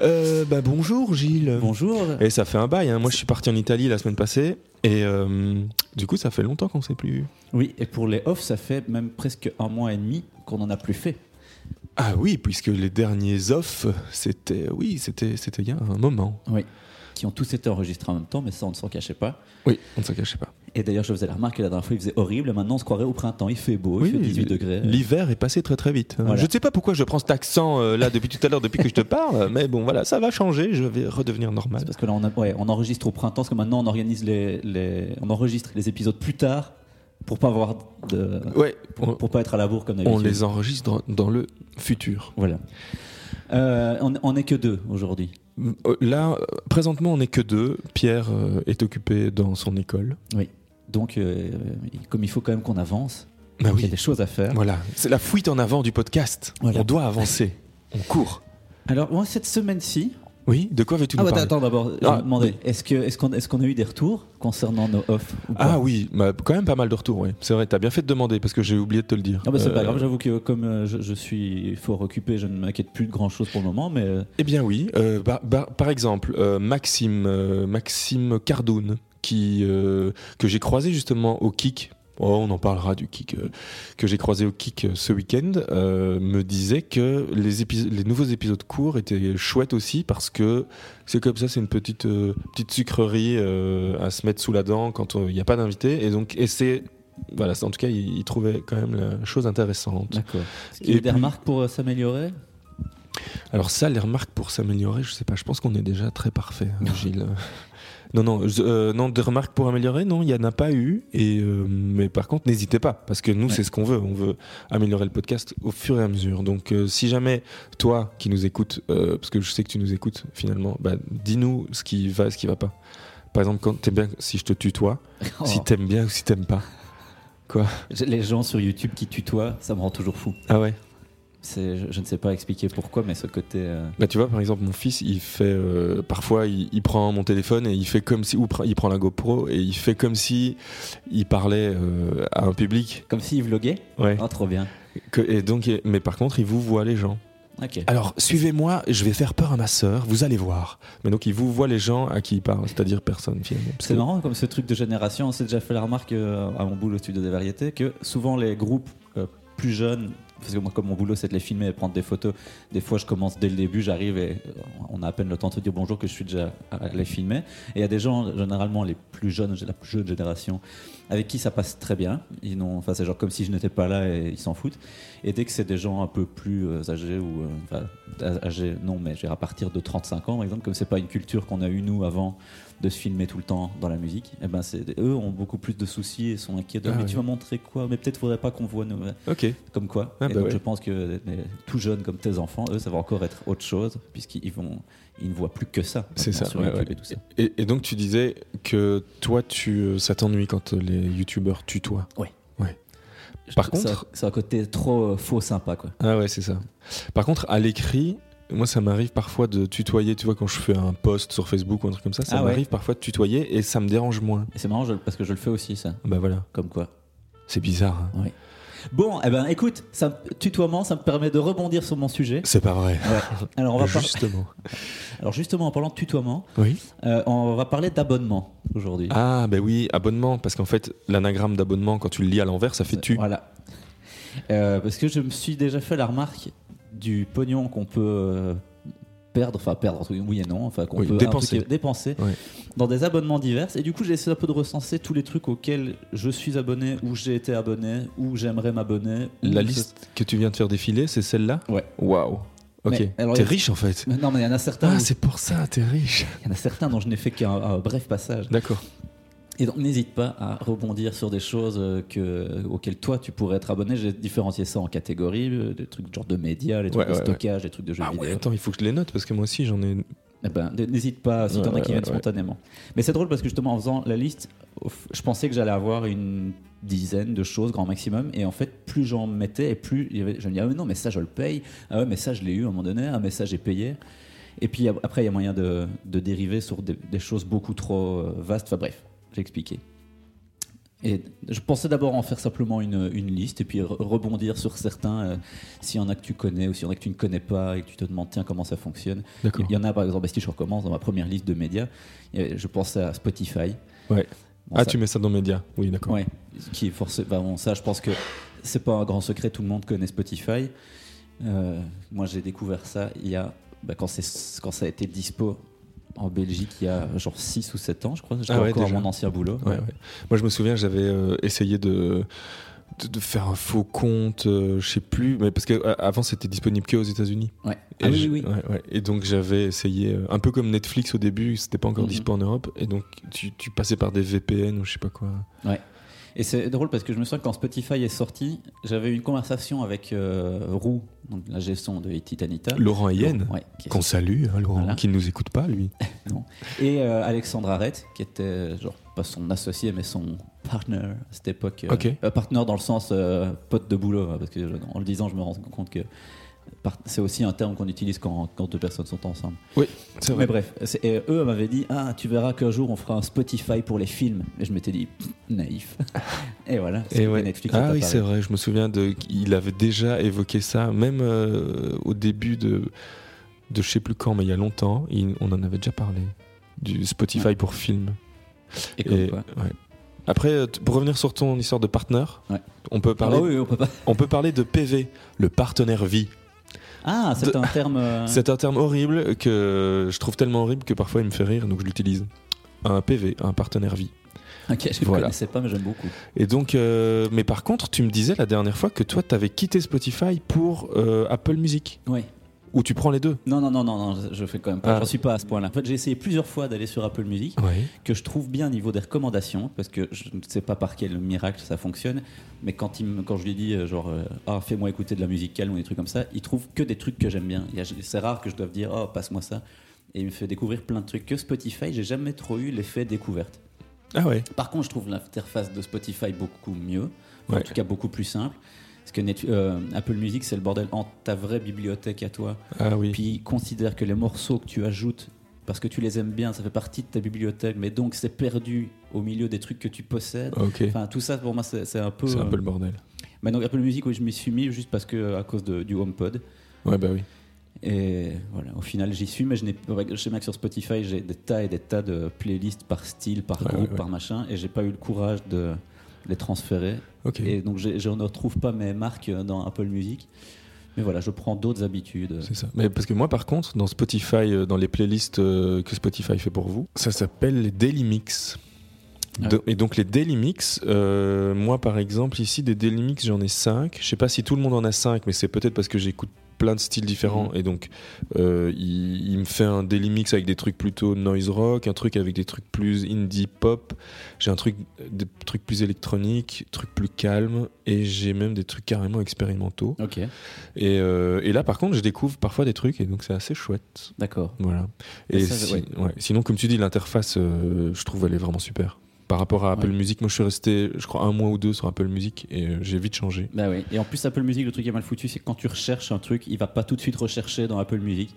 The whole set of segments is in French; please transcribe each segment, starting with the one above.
Euh, bah bonjour Gilles. Bonjour. Et ça fait un bail. hein. Moi, je suis parti en Italie la semaine passée. Et euh, du coup, ça fait longtemps qu'on ne s'est plus. vu. Oui, et pour les offs, ça fait même presque un mois et demi qu'on n'en a plus fait. Ah oui, puisque les derniers offs, c'était oui, c'était c'était il y a un moment. Oui. Qui ont tous été enregistrés en même temps, mais ça, on ne s'en cachait pas. Oui, on ne s'en cachait pas. Et d'ailleurs, je faisais la remarque que la dernière fois, il faisait horrible. Maintenant, on se croirait au printemps. Il fait beau, il fait 18 degrés. L'hiver est passé très très vite. hein. Voilà. Je ne sais pas pourquoi je prends cet accent euh, là depuis tout à l'heure, depuis que je te parle, mais bon voilà, ça va changer, je vais redevenir normal. C'est parce que là, on, a- ouais, on enregistre au printemps, parce que maintenant, on organise les, les- on enregistre les épisodes plus tard pour pas avoir de, Ouais, pour, on, pour pas être à la bourre comme on d'habitude. les enregistre dans, dans le futur. Voilà. Euh, on, on est que deux aujourd'hui. Mm, euh, Là, euh, présentement, on n'est que deux. Pierre euh, est occupé dans son école. Oui. Donc, euh, comme il faut quand même qu'on avance, Bah il y a des choses à faire. Voilà, c'est la fuite en avant du podcast. Hein Voilà. On doit avancer. On court. Alors, moi, cette semaine-ci. Oui, de quoi veux-tu Ah, nous bah, parler attends, d'abord, je Ah, me demandais, est-ce que- est-ce qu'on est qu'on a eu des retours concernant nos off ou pas Ah oui, bah, quand même pas mal de retours, oui. C'est vrai, t'as bien fait de demander parce que j'ai oublié de te le dire. Ah bah c'est Euh, pas grave, j'avoue que comme euh, je, je suis fort occupé, je ne m'inquiète plus de grand chose pour le moment, mais euh, Eh bien oui, euh, bah- bah, par exemple, euh, Maxime, euh, Maxime Cardoun, qui, euh, que j'ai croisé justement au kick. Oh, on en parlera du kick euh, que j'ai croisé au kick euh, ce week-end. euh, me disait que les, épis- les nouveaux épisodes courts étaient chouettes aussi parce que c'est comme ça, c'est une petite euh, petite sucrerie euh, à se mettre sous la dent quand on- il n'y a pas d'invité et donc et c'est voilà, c'est- en tout cas, il, il trouvait quand même la chose intéressante. d'accord. Est-ce qu'il y a Et des puis- remarques pour euh, s'améliorer Alors ça, les remarques pour s'améliorer, je sais pas, je pense qu'on est déjà très parfait, hein, Gilles. Non, non, je- euh, non, des remarques pour améliorer, non, il n'y en a pas eu. Et, euh, mais par contre, n'hésitez pas, parce que nous, Ouais. c'est ce qu'on veut. On veut améliorer le podcast au fur et à mesure. Donc, euh, si jamais toi qui nous écoutes, euh, parce que je sais que tu nous écoutes finalement, bah, dis-nous ce qui va et ce qui va pas. Par exemple, quand t'aimes bien, si je te tutoie, Oh, si t'aimes bien ou si t'aimes pas. j'ai- Les gens sur YouTube qui tutoient, ça me rend toujours fou. Ah ouais C'est- Je, je ne sais pas expliquer pourquoi, mais ce côté... euh, Bah tu vois par exemple mon fils il fait euh, parfois il, il prend mon téléphone et il fait comme si ou pre- il prend la GoPro et il fait comme si il parlait euh, à un public Comme s'ils vloguaient ouais Ah, trop bien. Que- et donc et- mais par contre il vous voit les gens Ok. alors suivez-moi je vais faire peur à ma sœur vous allez voir mais donc il vous voit les gens à qui il parle c'est-à-dire personne finalement Parce C'est que- marrant comme ce truc de génération. On s'est déjà fait la remarque euh, à mon boulot au studio des variétés que souvent les groupes euh, plus jeunes, parce que moi comme mon boulot c'est de les filmer et prendre des photos, des fois je commence dès le début, j'arrive et euh, on a à peine le temps de se dire bonjour que je suis déjà à les filmer. Et il y a des gens, généralement les plus jeunes, la plus jeune génération, avec qui ça passe très bien. Ils n'ont, enfin c'est genre comme si je n'étais pas là et ils s'en foutent. Et dès que c'est des gens un peu plus euh, âgés ou euh, enfin, âgés, non mais je veux dire à partir de 35 ans par exemple, comme c'est pas une culture qu'on a eu nous avant de se filmer tout le temps dans la musique, et ben c'est eux ont beaucoup plus de soucis et sont inquiets de Ah mais oui. tu vas montrer quoi Mais peut-être faudrait pas qu'on voit nos ok comme quoi. Ah Et bah donc ouais. je pense que euh, tout jeunes comme tes enfants, eux ça va encore être autre chose puisqu'ils vont ils ne voient plus que ça. C'est maintenant ça, sur ouais, YouTube ouais. et tout ça. et, et donc tu disais que toi tu euh, ça t'ennuie quand les youtubeurs tutoient Par Je trouve contre- ça- c'est un côté trop euh, faux sympa quoi. Ah ouais, c'est ça. Par contre, à l'écrit, moi, ça m'arrive parfois de tutoyer. Tu vois, quand je fais un post sur Facebook ou un truc comme ça, ça Ah ouais. m'arrive parfois de tutoyer et ça me dérange moins. Et c'est marrant je- parce que je le fais aussi ça. Bah voilà, Comme quoi. c'est bizarre. hein. Bon, eh ben écoute, ça, me- tutoiement, ça me permet de rebondir sur mon sujet. C'est pas vrai. Alors, on va par- Justement. Alors justement, en parlant de tutoiement, Oui. euh, on va parler d'abonnement aujourd'hui. Ah bah oui, abonnement, parce qu'en fait, l'anagramme d'abonnement, quand tu le lis à l'envers, ça fait tu. Voilà. Euh, parce que je me suis déjà fait la remarque du pognon qu'on peut euh, perdre, enfin perdre, entre guillemets, oui et non, enfin qu'on Oui, peut un dépenser. truc- dépenser Ouais. dans des abonnements divers. Et du coup, j'ai essayé un peu de recenser tous les trucs auxquels je suis abonné, ou j'ai été abonné, ou j'aimerais m'abonner. ou La je- liste que tu viens de faire défiler, c'est celle-là Ouais. Waouh. Ok. Mais, alors, T'es il- riche en fait. Mais Non, mais il y en a certains. Ah, où- c'est pour ça, t'es riche. Il y en a certains dont je n'ai fait qu'un un bref passage. D'accord. Et donc n'hésite pas à rebondir sur des choses euh, que, auxquelles toi tu pourrais être abonné. J'ai différencié ça en catégories, euh, des trucs genre de médias, les trucs Ouais, de ouais, stockage, les trucs de jeux Ah vidéo. ouais, attends, il faut que je les note parce que moi aussi, j'en ai. Eh ben, d- n'hésite pas si Ouais, t'en as ouais, qui viennent ouais. spontanément. Mais c'est drôle parce que justement en faisant la liste, au f- je pensais que j'allais avoir une dizaine de choses grand maximum et en fait plus j'en mettais et plus il y avait- je me disais ah mais non mais ça je le paye ah ouais mais ça je l'ai eu à un moment donné ah mais ça j'ai payé et puis ap- après il y a moyen de, de dériver sur des, des choses beaucoup trop euh, vastes enfin bref j'ai expliqué Et je pensais d'abord en faire simplement une, une liste et puis re- rebondir sur certains, euh, s'il y en a que tu connais ou s'il y en a que tu ne connais pas et que tu te demandes tiens comment ça fonctionne. D'accord. Il y en a par exemple, bah, si je recommence dans ma première liste de médias, il y a- je pensais à Spotify. Ouais. Bon, Ah, ça- tu mets ça dans médias. Oui, d'accord. Ouais, qui est forcé. bah, bon, ça, je pense que c'est pas un grand secret. Tout le monde connaît Spotify. Euh, moi, j'ai découvert ça il y a bah, quand c'est quand ça a été dispo en Belgique il y a genre 6 ou 7 ans, je crois. J'étais Ah ouais, encore à déjà. mon ancien boulot. Ouais, ouais. Moi, je me souviens, j'avais euh, essayé de, de, de faire un faux compte, euh, je sais plus, mais parce qu'avant, c'était disponible que aux États-Unis. Ouais. Et Ah oui, je- oui. ouais, ouais. Et donc j'avais essayé, euh, un peu comme Netflix au début, c'était pas encore Mhm. dispo en Europe, et donc tu, tu passais par des VPN ou je sais pas quoi. Et c'est drôle parce que je me souviens que quand Spotify est sorti, j'avais eu une conversation avec euh, Roux, donc la gestion de Titanita. Laurent Hayen, Ouais, qui est- qu'on salue, hein, Laurent, Ah. Voilà. qui ne nous écoute pas, lui. Et euh, Alexandre Arrête, qui était, euh, genre, pas son associé, mais son partner à cette époque. euh, Ok. euh, partner dans le sens euh, pote de boulot, hein, parce que je- en le disant, je me rends compte que part- c'est aussi un terme qu'on utilise quand, quand deux personnes sont ensemble. C'est vrai. Mais bref, c'est- et eux m'avaient dit Ah, tu verras qu'un jour on fera un Spotify pour les films. Et je m'étais dit Naïf. et voilà, c'est Et que ouais. Netflix. est ah oui, apparu. c'est vrai, je me souviens, de, il avait déjà évoqué ça, même euh, au début de, de je sais plus quand, mais il y a longtemps, il- on en avait déjà parlé, du Spotify Ouais. pour film. Et comme Et- quoi. ouais. Après, euh, t- pour revenir sur ton histoire de partenaire, Ouais. on, peut Ah parler, oui, on peut pas. on peut parler de PV, le partenaire vie. Ah, c'est De- un terme. euh, C'est un terme horrible que je trouve tellement horrible que parfois il me fait rire, donc je l'utilise. Un PV, un partenaire vie. Ok, je ne Voilà. connaissais pas, mais j'aime beaucoup. Et donc, euh, mais par contre, tu me disais la dernière fois que toi, t'avais quitté Spotify pour euh, Apple Music, Oui. où tu prends les deux. Non, non, non, non, non, je- je fais quand même pas. Ah. J'en suis pas à ce point-là. En fait, j'ai essayé plusieurs fois d'aller sur Apple Music, Oui. que je trouve bien au niveau des recommandations, parce que je ne sais pas par quel miracle ça fonctionne, mais quand, il me- quand je lui dis, euh, genre, euh, ah, fais-moi écouter de la musique calme ou des trucs comme ça, il trouve que des trucs que j'aime bien. Il y a- C'est rare que je doive dire, oh, passe-moi ça. Et il me fait découvrir plein de trucs que Spotify, j'ai jamais trop eu l'effet découverte. Ah ouais. Par contre, je trouve l'interface de Spotify beaucoup mieux, Enfin, en Ouais. tout cas beaucoup plus simple. Parce que Net- euh, Apple Music, c'est le bordel. En ta vraie bibliothèque à toi, Ah oui. puis il considère que les morceaux que tu ajoutes parce que tu les aimes bien, ça fait partie de ta bibliothèque, mais donc c'est perdu au milieu des trucs que tu possèdes. ok. Enfin, tout ça pour moi, c'est c'est un peu. C'est un peu euh, le bordel. Mais donc Apple Music, oui, je m'y suis mis juste parce que euh, à cause de- du HomePod. Ouais, bah oui. Et voilà, au final, j'y suis, mais je n'ai je sais bien que sur Spotify, j'ai des tas et des tas de playlists par style, par Ouais, groupe, ouais, ouais. par machin, et j'ai pas eu le courage de les transférer. Ok. Et donc, j'ai- je ne retrouve pas mes marques euh, dans Apple Music. Mais voilà, je prends d'autres habitudes. C'est ça. Mais parce que moi, par contre, dans Spotify, euh, dans les playlists euh, que Spotify fait pour vous, ça s'appelle les Daily Mix. Ah Do- Et donc les Daily Mix, euh, moi par exemple ici des Daily Mix j'en ai 5, je sais pas si tout le monde en a 5 mais c'est peut-être parce que j'écoute plein de styles différents et donc euh, il, il me fait un Daily Mix avec des trucs plutôt noise rock, un truc avec des trucs plus indie pop, j'ai un truc des trucs plus électroniques, trucs plus calmes et j'ai même des trucs carrément expérimentaux. Ok, Et, euh, et là, par contre, je découvre parfois des trucs et donc c'est assez chouette. d'accord. Voilà. Et Et, ça, si- ouais. ouais. sinon, comme tu dis, l'interface, euh, je trouve, elle est vraiment super. Par rapport à Apple Ouais. Music, moi, je suis resté, je crois, un mois ou deux sur Apple Music et euh, j'ai vite changé. Bah oui. Et en plus, Apple Music, le truc qui est mal foutu, c'est que quand tu recherches un truc, il va pas tout de suite rechercher dans Apple Music.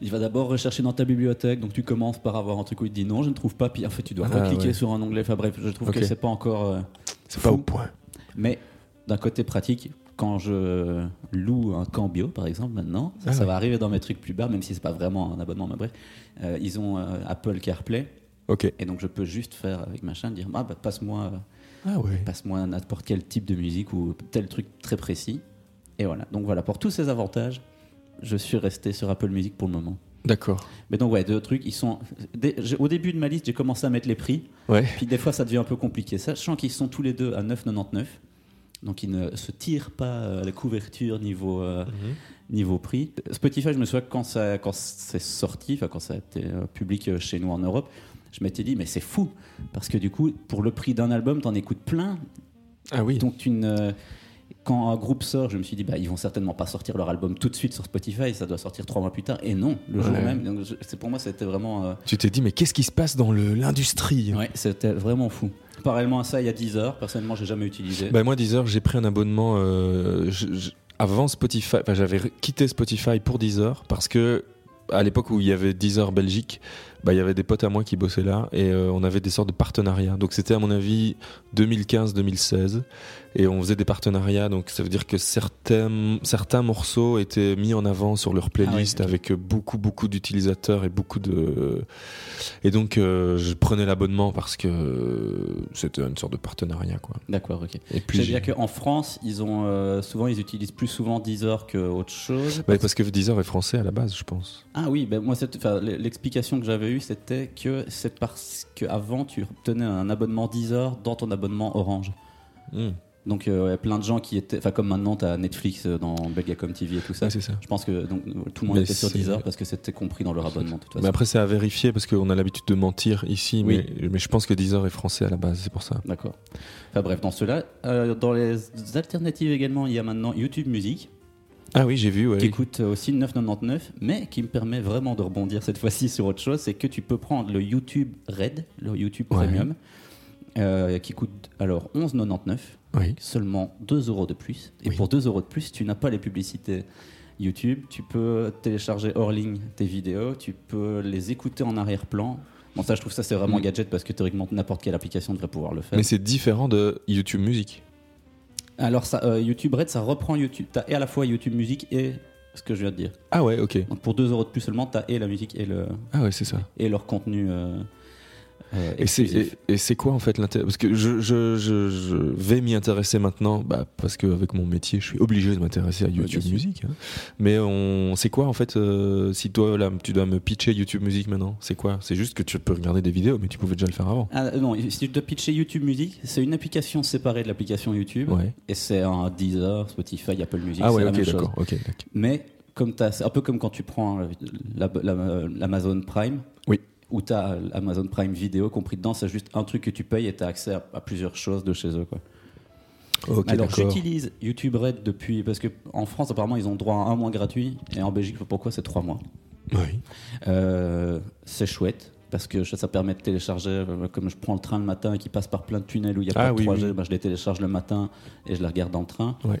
Il va d'abord rechercher dans ta bibliothèque, donc tu commences par avoir un truc où il te dit non, je ne trouve pas, puis en fait tu dois Ah, recliquer ouais. sur un onglet. Enfin bref, je trouve Ok. que c'est pas encore. euh, C'est Fou. pas au point. Mais d'un côté pratique, quand je loue un Cambio, par exemple, maintenant, ça, Ah ça ouais. va arriver dans mes trucs plus bas, même si c'est pas vraiment un abonnement, mais bref, euh, ils ont euh, Apple CarPlay, Ok. et donc je peux juste faire avec machin, dire ah, bah, passe-moi. euh, Ah ouais. passe-moi n'importe quel type de musique ou tel truc très précis. Et voilà. Donc voilà, pour tous ces avantages, je suis resté sur Apple Music pour le moment. D'accord. Mais donc ouais, deux trucs, ils sont... dès- j'ai- Au début de ma liste, j'ai commencé à mettre les prix, Ouais. puis des fois ça devient un peu compliqué, sachant qu'ils sont tous les deux à 9,99. Donc ils ne se tirent pas euh, la couverture niveau, euh, niveau prix. Spotify, je me souviens que quand, ça, quand c'est sorti, enfin quand ça a été euh, public euh, chez nous en Europe, je m'étais dit, mais c'est fou, parce que du coup, pour le prix d'un album, t'en écoutes plein, Ah oui. donc tu ne- quand un groupe sort, je me suis dit, bah, ils vont certainement pas sortir leur album tout de suite sur Spotify, ça doit sortir trois mois plus tard. Et non, le jour Ouais. même. Donc, je- c'est pour moi, c'était vraiment, euh, Tu t'es dit, mais qu'est-ce qui se passe dans le- l'industrie ouais, c'était vraiment fou. Parallèlement à ça, il y a 10 heures, personnellement, j'ai jamais utilisé. Bah moi, Deezer, j'ai pris un abonnement euh, je- je- avant Spotify. Enfin, j'avais quitté Spotify pour Deezer parce que à l'époque où il y avait Deezer Belgique, bah, il y avait des potes à moi qui bossaient là et euh, on avait des sortes de partenariats. Donc c'était à mon avis 2015-2016 et on faisait des partenariats. Donc ça veut dire que certains, certains morceaux étaient mis en avant sur leur playlist Ah ouais, ok. avec euh, beaucoup beaucoup d'utilisateurs et beaucoup de et donc euh, je prenais l'abonnement parce que euh, c'était une sorte de partenariat quoi. D'accord, ok. Et puis j'ai- C'est-à-dire qu'en France, ils ont euh, souvent, ils utilisent plus souvent Deezer que autre chose. Bah, parce que Deezer est français à la base, je pense. Ah oui, ben moi cette- enfin, l- l'explication que j'avais eue, c'était que c'est parce qu'avant, tu obtenais un abonnement Deezer dans ton abonnement Orange. Hmm. Donc euh, ouais, plein de gens qui étaient, enfin comme maintenant, t'as Netflix euh, dans Belgacom TV et tout ça. Ah, c'est ça. Je pense que donc, tout le monde Mais était sur c'est- Deezer parce que c'était compris dans leur abonnement de toute Mais façon. après, c'est Bah, à vérifier parce qu'on a l'habitude de mentir ici, Oui. mais, mais je pense que Deezer est français à la base, c'est pour ça. D'accord. Enfin bref, dans cela, euh, dans les alternatives également, il y a maintenant YouTube Music Ah oui, j'ai vu, ouais. qui coûte euh, aussi 9,99, mais qui me permet vraiment de rebondir cette fois-ci sur autre chose, c'est que tu peux prendre le YouTube Red, le YouTube Ouais. Premium, euh, qui coûte alors 11,99, Oui. seulement 2 euros de plus. Et Oui. pour 2 euros de plus, tu n'as pas les publicités YouTube, tu peux télécharger hors ligne tes vidéos, tu peux les écouter en arrière-plan. Bon ça je trouve ça c'est vraiment Mm. gadget parce que théoriquement n'importe quelle application devrait pouvoir le faire. Mais c'est différent de YouTube Music. Alors ça, euh, YouTube Red, ça reprend YouTube. T'as et à la fois YouTube Musique et ce que je viens de dire. Ah ouais, ok. Donc pour 2 euros de plus seulement, t'as et la musique et, le, Ah ouais, c'est ça. et leur contenu. euh, euh, Et c'est, exclusif. et, et c'est quoi en fait l'intérêt Parce que je, je, je, je vais m'y intéresser maintenant, bah, parce qu'avec mon métier, je suis obligé de m'intéresser à bien YouTube sûr. Music. hein. Mais on, c'est quoi en fait euh, Si toi, là, tu dois me pitcher YouTube Music maintenant, c'est quoi C'est juste que tu peux regarder des vidéos, mais tu pouvais déjà le faire avant. Ah, non, si tu dois pitcher YouTube Musique, c'est une application séparée de l'application YouTube. Ouais. Et c'est un Deezer, Spotify, Apple Music. Ah ouais, c'est la ok, même chose. d'accord. ok, d'accord. Mais comme t'as- c'est un peu comme quand tu prends euh, la- la- l'Amazon Prime. Oui. Où tu as Amazon Prime vidéo compris dedans, c'est juste un truc que tu payes et tu as accès à, à plusieurs choses de chez eux. Quoi. Ok, Alors d'accord. j'utilise YouTube Red depuis parce que en France apparemment ils ont droit à un mois gratuit et en Belgique pourquoi c'est trois mois. Oui. Euh, c'est chouette parce que ça ça permet de télécharger euh, comme je prends le train le matin et qui passe par plein de tunnels où il n'y a Ah pas de oui, 3G, oui. bah, je les télécharge le matin et je les regarde dans le train. Ouais.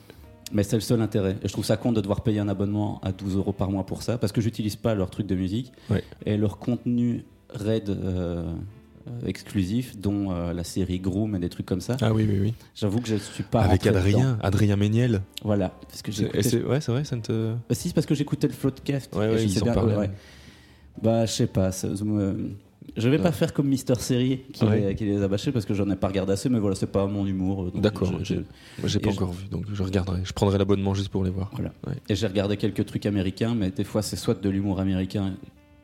Mais c'est le seul intérêt. Et je trouve ça con de devoir payer un abonnement à 12 euros par mois pour ça parce que j'utilise pas leur truc de musique Ouais. et leur contenu Red euh, euh, exclusif dont euh, la série Groom et des trucs comme ça. Ah oui, oui, oui. J'avoue que je suis pas Avec rentré dedans. Adrien, Adrien Méniel. Voilà, parce que C'est- j'ai et écouté- c'est- Ouais, c'est vrai, ça ne te. Bah, si, c'est parce que j'écoutais le Floodcast. Ouais, et ouais, je ils sais en bien- parlaient. Bah, je sais pas. ça- euh, je vais pas faire comme Mister Série qui, Ouais. les, qui les a bâchés parce que j'en ai pas regardé assez, mais voilà, c'est pas mon humour. euh, donc D'accord, je- ok. je- Moi, j'ai pas Et je- encore vu, donc je regarderai. Je prendrai l'abonnement juste pour les voir. Voilà. Ouais. Et j'ai regardé quelques trucs américains, mais des fois, c'est soit de l'humour américain,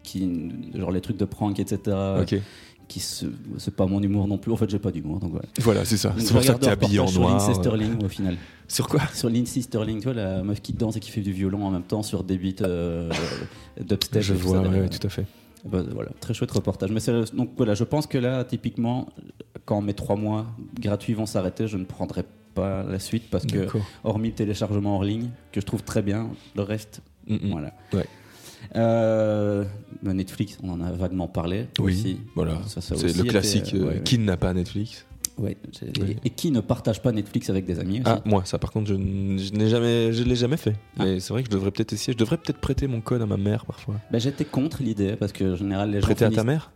qui, genre les trucs de prank, etc., Ok. qui se- c'est pas mon humour non plus. En fait, j'ai pas d'humour, donc voilà. Voilà, c'est ça. Donc, Ah, C'est je pour ça que regarde t'es un habillé en reportage noir. Sur Lindsay euh, Sterling, au final. Sur quoi Sur Lindsay Sterling, tu vois, la meuf qui danse et qui fait du violon en même temps sur des beats euh, dubstep. Je et tout vois, ça, ouais, derrière. ouais, tout à fait. Bah, voilà, très chouette reportage. Mais c'est- donc voilà, je pense que là, typiquement, quand mes trois mois gratuits vont s'arrêter, je ne prendrai pas la suite parce que, D'accord. hormis le téléchargement hors ligne, que je trouve très bien, le reste, Mm, mm. voilà. Ouais. Euh, bah, Netflix, on en a vaguement parlé Oui, aussi. Voilà. Ça, ça C'est aussi le était, classique. euh, euh, ouais, Qui n'a pas Netflix ouais, j'ai- Ouais. Et, et qui ne partage pas Netflix avec des amis aussi. Ah, moi, ça, par contre, je n- je n'ai jamais, je l'ai jamais fait. Ah. Mais c'est vrai que je devrais peut-être essayer. Je devrais peut-être prêter mon code à ma mère parfois. Bah, J'étais contre l'idée parce que en général, les gens. Prêter à finissent- ta mère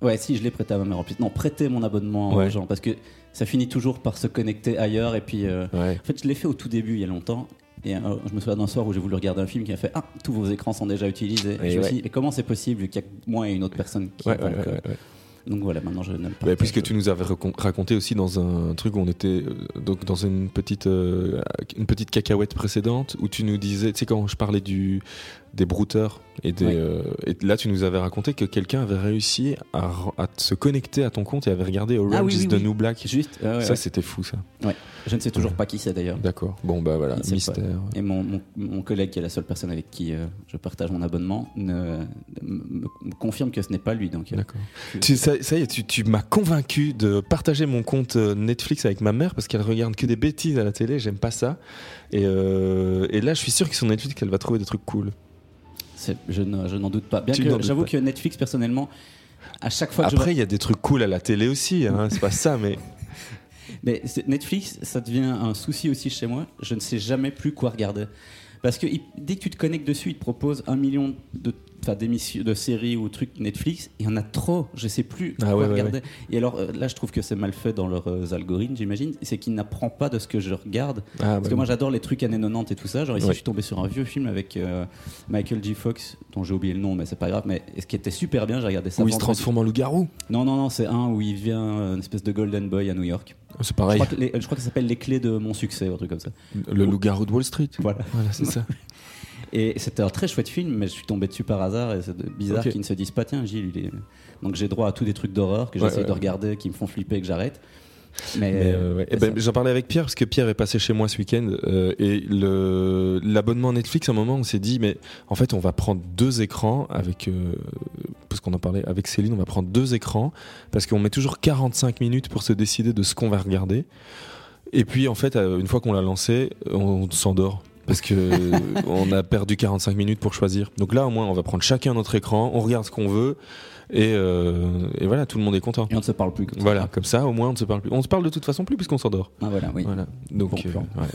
Ouais, si, je l'ai prêté à ma mère en plus. Non, prêter mon abonnement Ouais. aux gens parce que ça finit toujours par se connecter ailleurs et puis. euh, Ouais. En fait, je l'ai fait au tout début, il y a longtemps. Et euh, je me souviens d'un soir où j'ai voulu regarder un film qui a fait Ah, tous vos écrans sont déjà utilisés. Et, Et je me ouais. suis dit, mais comment c'est possible, vu qu'il y a moi et une autre personne qui Ouais, ont ouais, le ouais, code. ouais, ouais. Donc voilà, maintenant je ne le Bah, partage. puisque tu nous avais racon- raconté aussi dans un truc où on était euh, donc dans une petite euh, une petite cacahuète précédente où tu nous disais tu sais quand je parlais du des brouteurs et des Ouais. euh, et là tu nous avais raconté que quelqu'un avait réussi à, r- à t- se connecter à ton compte et avait regardé Orange Ah oui, is oui, the oui. New Black Juste, euh, ouais, ça ouais. c'était fou ça je ne sais toujours pas qui c'est d'ailleurs. d'accord bon bah voilà Il sait pas. mystère Et mon, mon- mon collègue, qui est la seule personne avec qui euh, je partage mon abonnement, ne, me, me confirme que ce n'est pas lui. Donc, euh, D'accord. tu- Tu, ça, ça y est, tu, tu m'as convaincu de partager mon compte euh, Netflix avec ma mère parce qu'elle regarde que des bêtises à la télé, j'aime pas ça. Et, euh, et là, je suis sûr que sur Netflix, qu'elle va trouver des trucs cool. c'est- je ne- je n'en doute pas. Bien Tu n'en que doutes j'avoue pas. que Netflix, personnellement, à chaque fois que je Mmh. Après, il y a des trucs cool à la télé aussi, hein, c'est pas ça, mais. Mais c'est- Netflix, ça devient un souci aussi chez moi. Je ne sais jamais plus quoi regarder. Parce que il- dès que tu te connectes dessus, il te propose un million de. enfin, enfin, d'émissions, de séries ou trucs Netflix, il y en a trop, je sais plus Ah quoi ouais, ouais, regarder. Et alors euh, là, je trouve que c'est mal fait dans leurs euh, algorithmes, j'imagine, c'est qu'ils n'apprennent pas de ce que je regarde. Ah, Parce bah que moi oui. j'adore les trucs années 90 et tout ça. Genre ici Ouais. je suis tombé sur un vieux film avec euh, Michael J. Fox, dont j'ai oublié le nom, mais c'est pas grave. Mais ce qui était super bien, j'ai regardé ça. Où il se vendredi. transforme en loup-garou. Non, non, non, c'est un où il vient euh, une espèce de Golden Boy à New York. C'est Je pareil. crois, que les- je crois que ça s'appelle Les Clés de mon succès, ou un truc comme ça. Le loup-garou de Wall Street. Voilà. Voilà, c'est ça. Et c'était un très chouette film, mais je suis tombé dessus par hasard et c'est de- bizarre Ok. qu'ils ne se disent pas tiens Gilles, il est... donc j'ai droit à tous des trucs d'horreur que Ouais, j'essaie ouais, de ouais. regarder, qui me font flipper et que j'arrête. Mais, Mais, euh, ouais. Eh ben, ça- J'en parlais avec Pierre parce que Pierre est passé chez moi ce week-end euh, et le- l'abonnement Netflix, à un moment, on s'est dit, mais en fait, on va prendre deux écrans avec, euh, parce qu'on en parlait avec Céline, on va prendre deux écrans parce qu'on met toujours 45 minutes pour se décider de ce qu'on va regarder. Et puis, en fait, euh, une fois qu'on l'a lancé, on s'endort. Parce que euh, on a perdu 45 minutes pour choisir. Donc là, au moins, on va prendre chacun notre écran, on regarde ce qu'on veut, et, euh, et voilà, tout le monde est content. et on ne se parle plus. Comme ça. Voilà, comme ça, au moins on ne se parle plus. On se parle de toute façon plus puisqu'on s'endort. Ah, voilà, oui. Voilà. Bon Donc, euh, plan. ouais.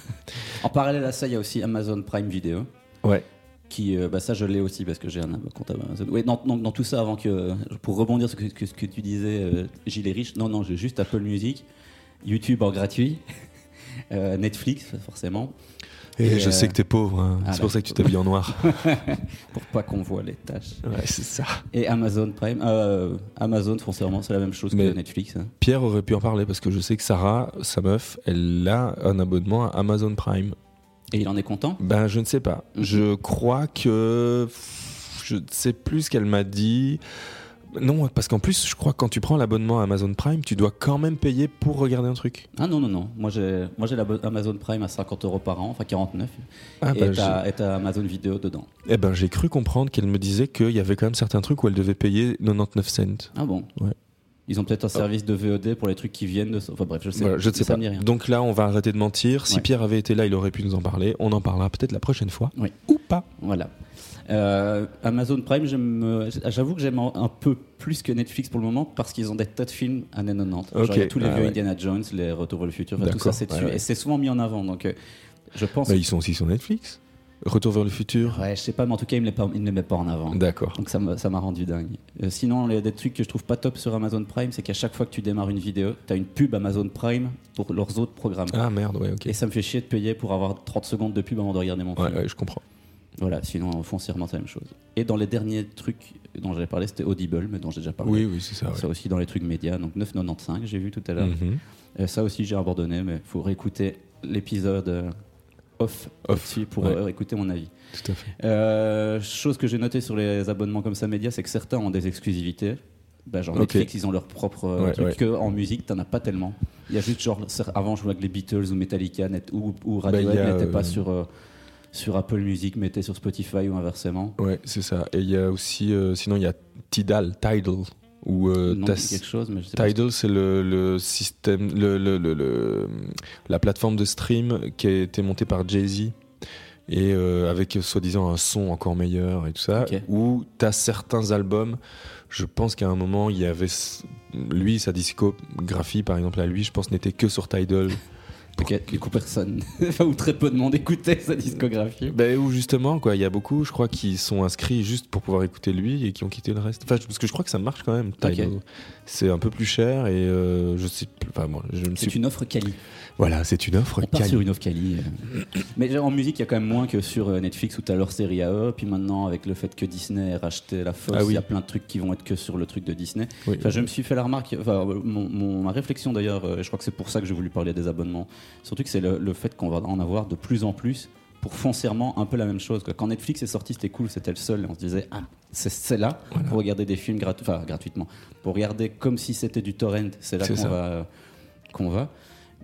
En parallèle à ça, il y a aussi Amazon Prime Video. Ouais. Qui, euh, bah ça, je l'ai aussi parce que j'ai un compte Amazon. Oui, dans, dans- dans tout ça, avant que. Pour rebondir sur ce que, que- ce que tu disais, euh, Gilles est riche. Non, non, j'ai juste Apple Music, YouTube en gratuit, euh, Netflix, forcément, Et, Et, je euh, sais que t'es pauvre, hein. ah, c'est pour là. ça que tu t'habilles en noir. pour pas qu'on voit les tâches. ouais, c'est ça. Et Amazon Prime. euh, Amazon, foncièrement, c'est la même chose Mais- que Netflix. hein. Pierre aurait pu en parler parce que je sais que Sarah, sa meuf, elle a un abonnement à Amazon Prime. Et il en est content Ben, je ne sais pas. Mhm. Je crois que. Je ne sais plus ce qu'elle m'a dit. Non, parce qu'en plus, je crois que quand tu prends l'abonnement à Amazon Prime, tu dois quand même payer pour regarder un truc. Ah non, non, non. Moi, j'ai moi, j'ai l'abo- Amazon Prime à 50 euros par an, enfin 49. Ah, et ben, t'as- et t'as Amazon Vidéo dedans. j'ai- eh ben, j'ai cru comprendre qu'elle me disait qu'il y avait quand même certains trucs où elle devait payer 99 cents. Ah bon Ouais. Ah. Ils ont peut-être un service de VOD pour les trucs qui viennent de. Enfin bref, je sais, Voilà, je ne sais ça pas. me dit rien. Donc là, on va arrêter de mentir. Si Ouais. Pierre avait été là, il aurait pu nous en parler. On en parlera peut-être la prochaine fois. Oui. Ou pas. Voilà. Euh, Amazon Prime, j'aime, euh, j'avoue que j'aime un un peu plus que Netflix pour le moment parce qu'ils ont des tas de films années 90. Genre, Ok. il y a tous les Ah vieux ouais. Indiana Jones, les Retour vers le futur, enfin, tout ça D'accord. c'est Ouais, dessus. ouais. Et c'est souvent mis en avant. Donc euh, je pense. Bah, ils sont aussi sur Netflix. Retour vers le futur. Ouais, je sais pas, mais en tout cas, ils ne les, pas- ils ne les mettent pas en avant. D'accord. Donc ça m'a ça m'a rendu dingue. Euh, sinon, les, des trucs que je trouve pas top sur Amazon Prime, c'est qu'à chaque fois que tu démarres une vidéo, tu as une pub Amazon Prime pour leurs autres programmes. Ah merde, ouais, ok. Et ça me fait chier de payer pour avoir 30 secondes de pub avant de regarder mon film. Ouais, ouais, je comprends. Voilà, sinon foncièrement c'est la même chose. Et dans les derniers trucs dont j'avais parlé, c'était Audible, mais dont j'ai déjà parlé. Oui, oui, c'est ça. ouais. Ça aussi dans les trucs médias, donc 9,95 j'ai vu tout à l'heure. Mhm. Euh, ça aussi j'ai abandonné, mais faut réécouter l'épisode euh, off, Off, là-dessus pour ouais. euh, écouter mon avis. Tout à fait. Euh, chose que j'ai notée sur les abonnements comme ça médias, c'est que certains ont des exclusivités. Bah, genre Ok. Netflix, ils ont leur propre euh, Ouais, truc ouais. que en musique, t'en as pas tellement. Il y a juste genre cer- avant je jouais avec les Beatles ou Metallica net- ou, ou Radiohead Bah, il y a, n'était pas euh, sur euh, sur Apple Music, mais était sur Spotify ou inversement. Ouais, c'est ça. Et il y a aussi, euh, sinon, il y a Tidal, Tidal, où euh, Non, t'as- c'est quelque chose, mais je sais pas. Tidal, c'est le, le système, le, le- le- le- la plateforme de stream qui a été montée par Jay-Z et euh, avec euh, soi-disant un son encore meilleur et tout ça, Ok. où tu as certains albums. Je pense qu'à un moment, il y avait s- lui, sa discographie par exemple, à lui, je pense, n'était que sur Tidal. Ok, du coup, personne, enfin, ou très peu de monde écoutait sa discographie. Ben, ou justement, quoi, il y a beaucoup, je crois, qui sont inscrits juste pour pouvoir écouter lui et qui ont quitté le reste. Enfin, je- parce que je crois que ça marche quand même, Tidal. Ok. C'est un peu plus cher et euh, je sais plus. Enfin, moi, je me suis C'est une offre quali. Voilà, c'est une offre On part quali. sur une offre quali. euh. Mais genre, en musique, il y a quand même moins que sur euh, Netflix où t'as leur série à eux. Puis maintenant, avec le fait que Disney a racheté la Fox, Ah il oui. y a plein de trucs qui vont être que sur le truc de Disney. Oui. Enfin, je me suis fait la remarque, enfin, mon, mon- ma réflexion d'ailleurs, euh, je crois que c'est pour ça que j'ai voulu parler des abonnements. Surtout que c'est le, le fait qu'on va en avoir de plus en plus pour foncièrement un peu la même chose. quoi. Quand Netflix est sorti, c'était cool, c'était le seul. Et on se disait, ah, c'est c'est là pour regarder des films gratu- enfin, gratuitement. Pour regarder comme si c'était du torrent, c'est là C'est qu'on ça. va, euh, qu'on va.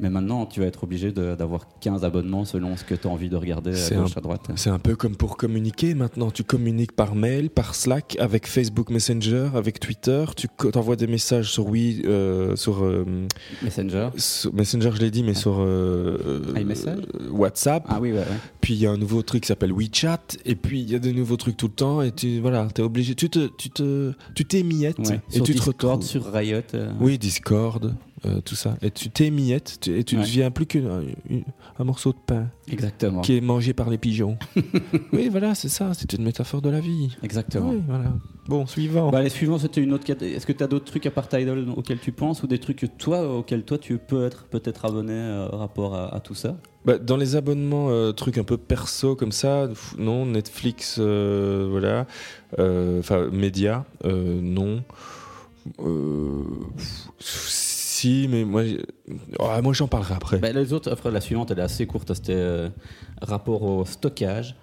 Mais maintenant, tu vas être obligé de- d'avoir 15 abonnements selon ce que tu as envie de regarder à C'est gauche, un- à droite. C'est un peu comme pour communiquer maintenant. Tu communiques par mail, par Slack, avec Facebook Messenger, avec Twitter. Tu co- t'envoies des messages sur oui, euh, sur, euh, Messenger. sur Messenger, je l'ai dit, mais sur euh, euh, Ah. iMessage WhatsApp. Ah oui, ouais, ouais. Puis il y a un nouveau truc qui s'appelle WeChat. Et puis il y a de nouveaux trucs tout le temps. Et tu voilà, t'es obligé. Tu te, tu te, tu t'émiettes Ouais. et Sur tu te Discord, retrouves. sur Riot. euh, Oui, Discord. euh, tout ça. Et tu t'émiettes, tu- et tu Ouais. deviens plus qu'un une- un morceau de pain Exactement. qui est mangé par les pigeons. oui, voilà, c'est ça, c'est une métaphore de la vie. Exactement. Oui, voilà. Bon, suivant. Bah, les suivants, c'était une autre. cat- Est-ce que tu as d'autres trucs à part Tidal auxquels tu penses ou des trucs que toi auxquels toi tu peux être peut-être abonné euh, rapport à, à tout ça Bah, dans les abonnements, euh, trucs un peu perso comme ça, pff, non. Netflix, euh, voilà. Euh, Enfin, médias, euh, non. Euh, pff, si, mais moi, j'ai- Ah, moi j'en parlerai après. Bah, Les autres, après la suivante, elle est assez courte. C'était euh, rapport au stockage.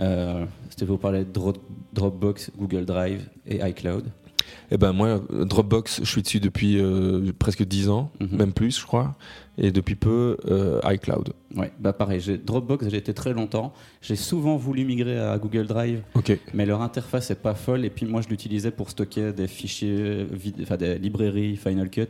Euh, c'était vous parler de Dro- Dropbox, Google Drive et iCloud. Eh ben moi, euh, Dropbox, je suis dessus depuis euh, presque 10 ans, Mhm. même plus, je crois, et depuis peu euh, iCloud. Ouais, bah pareil. J'ai Dropbox, j'ai été très longtemps. J'ai souvent voulu migrer à Google Drive Ok. Mais leur interface est pas folle. Et puis moi, je l'utilisais pour stocker des fichiers, vid- enfin des librairies Final Cut.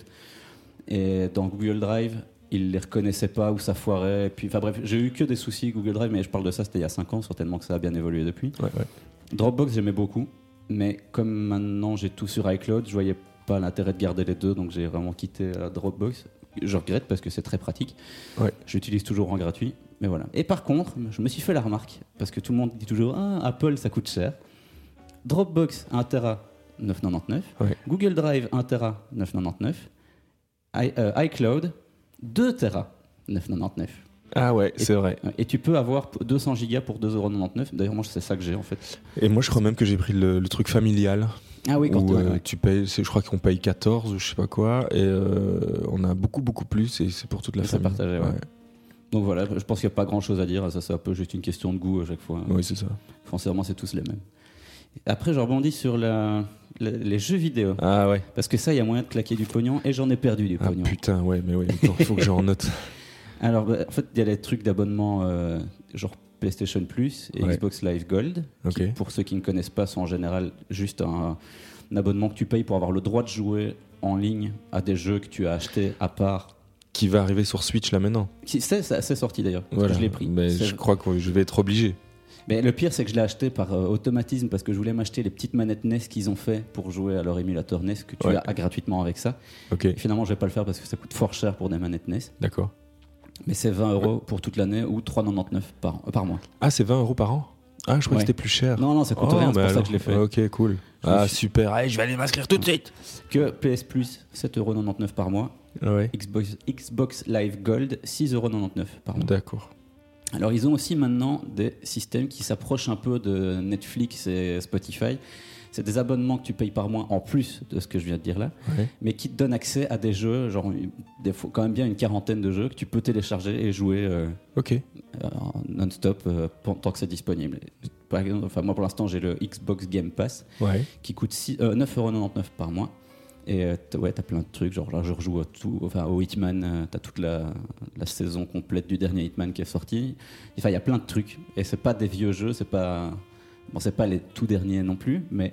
Et dans Google Drive, ils les reconnaissaient pas ou ça foirait. Et puis, enfin bref, j'ai eu que des soucis Google Drive. Mais je parle de ça, c'était il y a 5 ans. Certainement que ça a bien évolué depuis. Ouais, ouais. Dropbox, j'aimais beaucoup. Mais comme maintenant j'ai tout sur iCloud, je voyais pas l'intérêt de garder les deux. Donc j'ai vraiment quitté euh, Dropbox. Je regrette parce que c'est très pratique. Ouais. J'utilise toujours en gratuit. Mais voilà. Et par contre, je me suis fait la remarque. Parce que tout le monde dit toujours Ah, Apple, ça coûte cher. Dropbox, 1 Tera, 9,99. Ouais. Google Drive, 1 Tera, 9,99. I- euh, iCloud, 2 Tera, 9,99. Ah ouais, c'est vrai. Euh, Et tu peux avoir p- 200 gigas pour 2,99€. D'ailleurs, moi, c'est ça que j'ai en fait. Et moi, je crois même que j'ai pris le, le truc familial Ah oui, quand où ouais, euh, ouais. tu payes. c'est- Je crois qu'on paye 14 ou je sais pas quoi, et euh, on a beaucoup beaucoup plus et c'est pour toute la Et c'est famille. partagé, ouais. Donc voilà, je pense qu'il n'y a pas grand chose à dire. Ça, c'est un peu juste une question de goût à chaque fois. Oui, c'est ça. Foncièrement, c'est tous les mêmes. Après, je rebondis sur la- la- les jeux vidéo. Ah ouais. Parce que ça, il y a moyen de claquer du pognon. Et j'en ai perdu du Ah pognon. putain, ouais, mais oui. Attends, faut que j'en note. Alors, bah, en fait, il y a les trucs d'abonnement, euh, genre PlayStation Plus et Ouais. Xbox Live Gold. Ok. qui, pour ceux qui ne connaissent pas, sont en général juste un, un abonnement que tu payes pour avoir le droit de jouer en ligne à des jeux que tu as achetés à part. Qui va arriver sur Switch là maintenant Si, C'est c'est- c'est sorti d'ailleurs, parce que Voilà. je l'ai pris. Mais C'est- je crois que je vais être obligé. Mais le pire, c'est que je l'ai acheté par euh, automatisme parce que je voulais m'acheter les petites manettes NES qu'ils ont fait pour jouer à leur émulateur NES que tu Ouais. as gratuitement avec ça. Ok. Et finalement, je vais pas le faire parce que ça coûte fort cher pour des manettes NES. D'accord. Mais c'est 20 euros pour toute l'année ou 3,99 par, euh, par mois. Ah, c'est 20 euros par an. Ah, je crois Ouais. que c'était plus cher. Non, non, ça coûte Oh, rien, c'est pour bah ça alors. que je l'ai fait. Ok, cool. Je me Ah, suis- super. Allez, je vais aller m'inscrire tout de suite. Que PS Plus, 7,99€ par mois. Ouais. Xbox, Xbox Live Gold, 6,99€ par mois. D'accord. Alors, ils ont aussi maintenant des systèmes qui s'approchent un peu de Netflix et Spotify. C'est des abonnements que tu payes par mois en plus de ce que je viens de dire là, Ouais. mais qui te donnent accès à des jeux, genre une- des fois, quand même bien une quarantaine de jeux que tu peux télécharger et jouer euh, Ok. euh, en non-stop euh, pen- tant que c'est disponible. Par exemple, enfin, moi pour l'instant j'ai le Xbox Game Pass Ouais. qui coûte six- euh, 9,99€ par mois. Et euh, t'as- ouais, t'as plein de trucs, genre là je rejoue à tout, enfin, au Hitman, euh, t'as toute la, la saison complète du dernier Hitman qui est sorti. Enfin, il y a plein de trucs. Et c'est pas des vieux jeux, c'est pas. Bon, c'est pas les tout derniers non plus, mais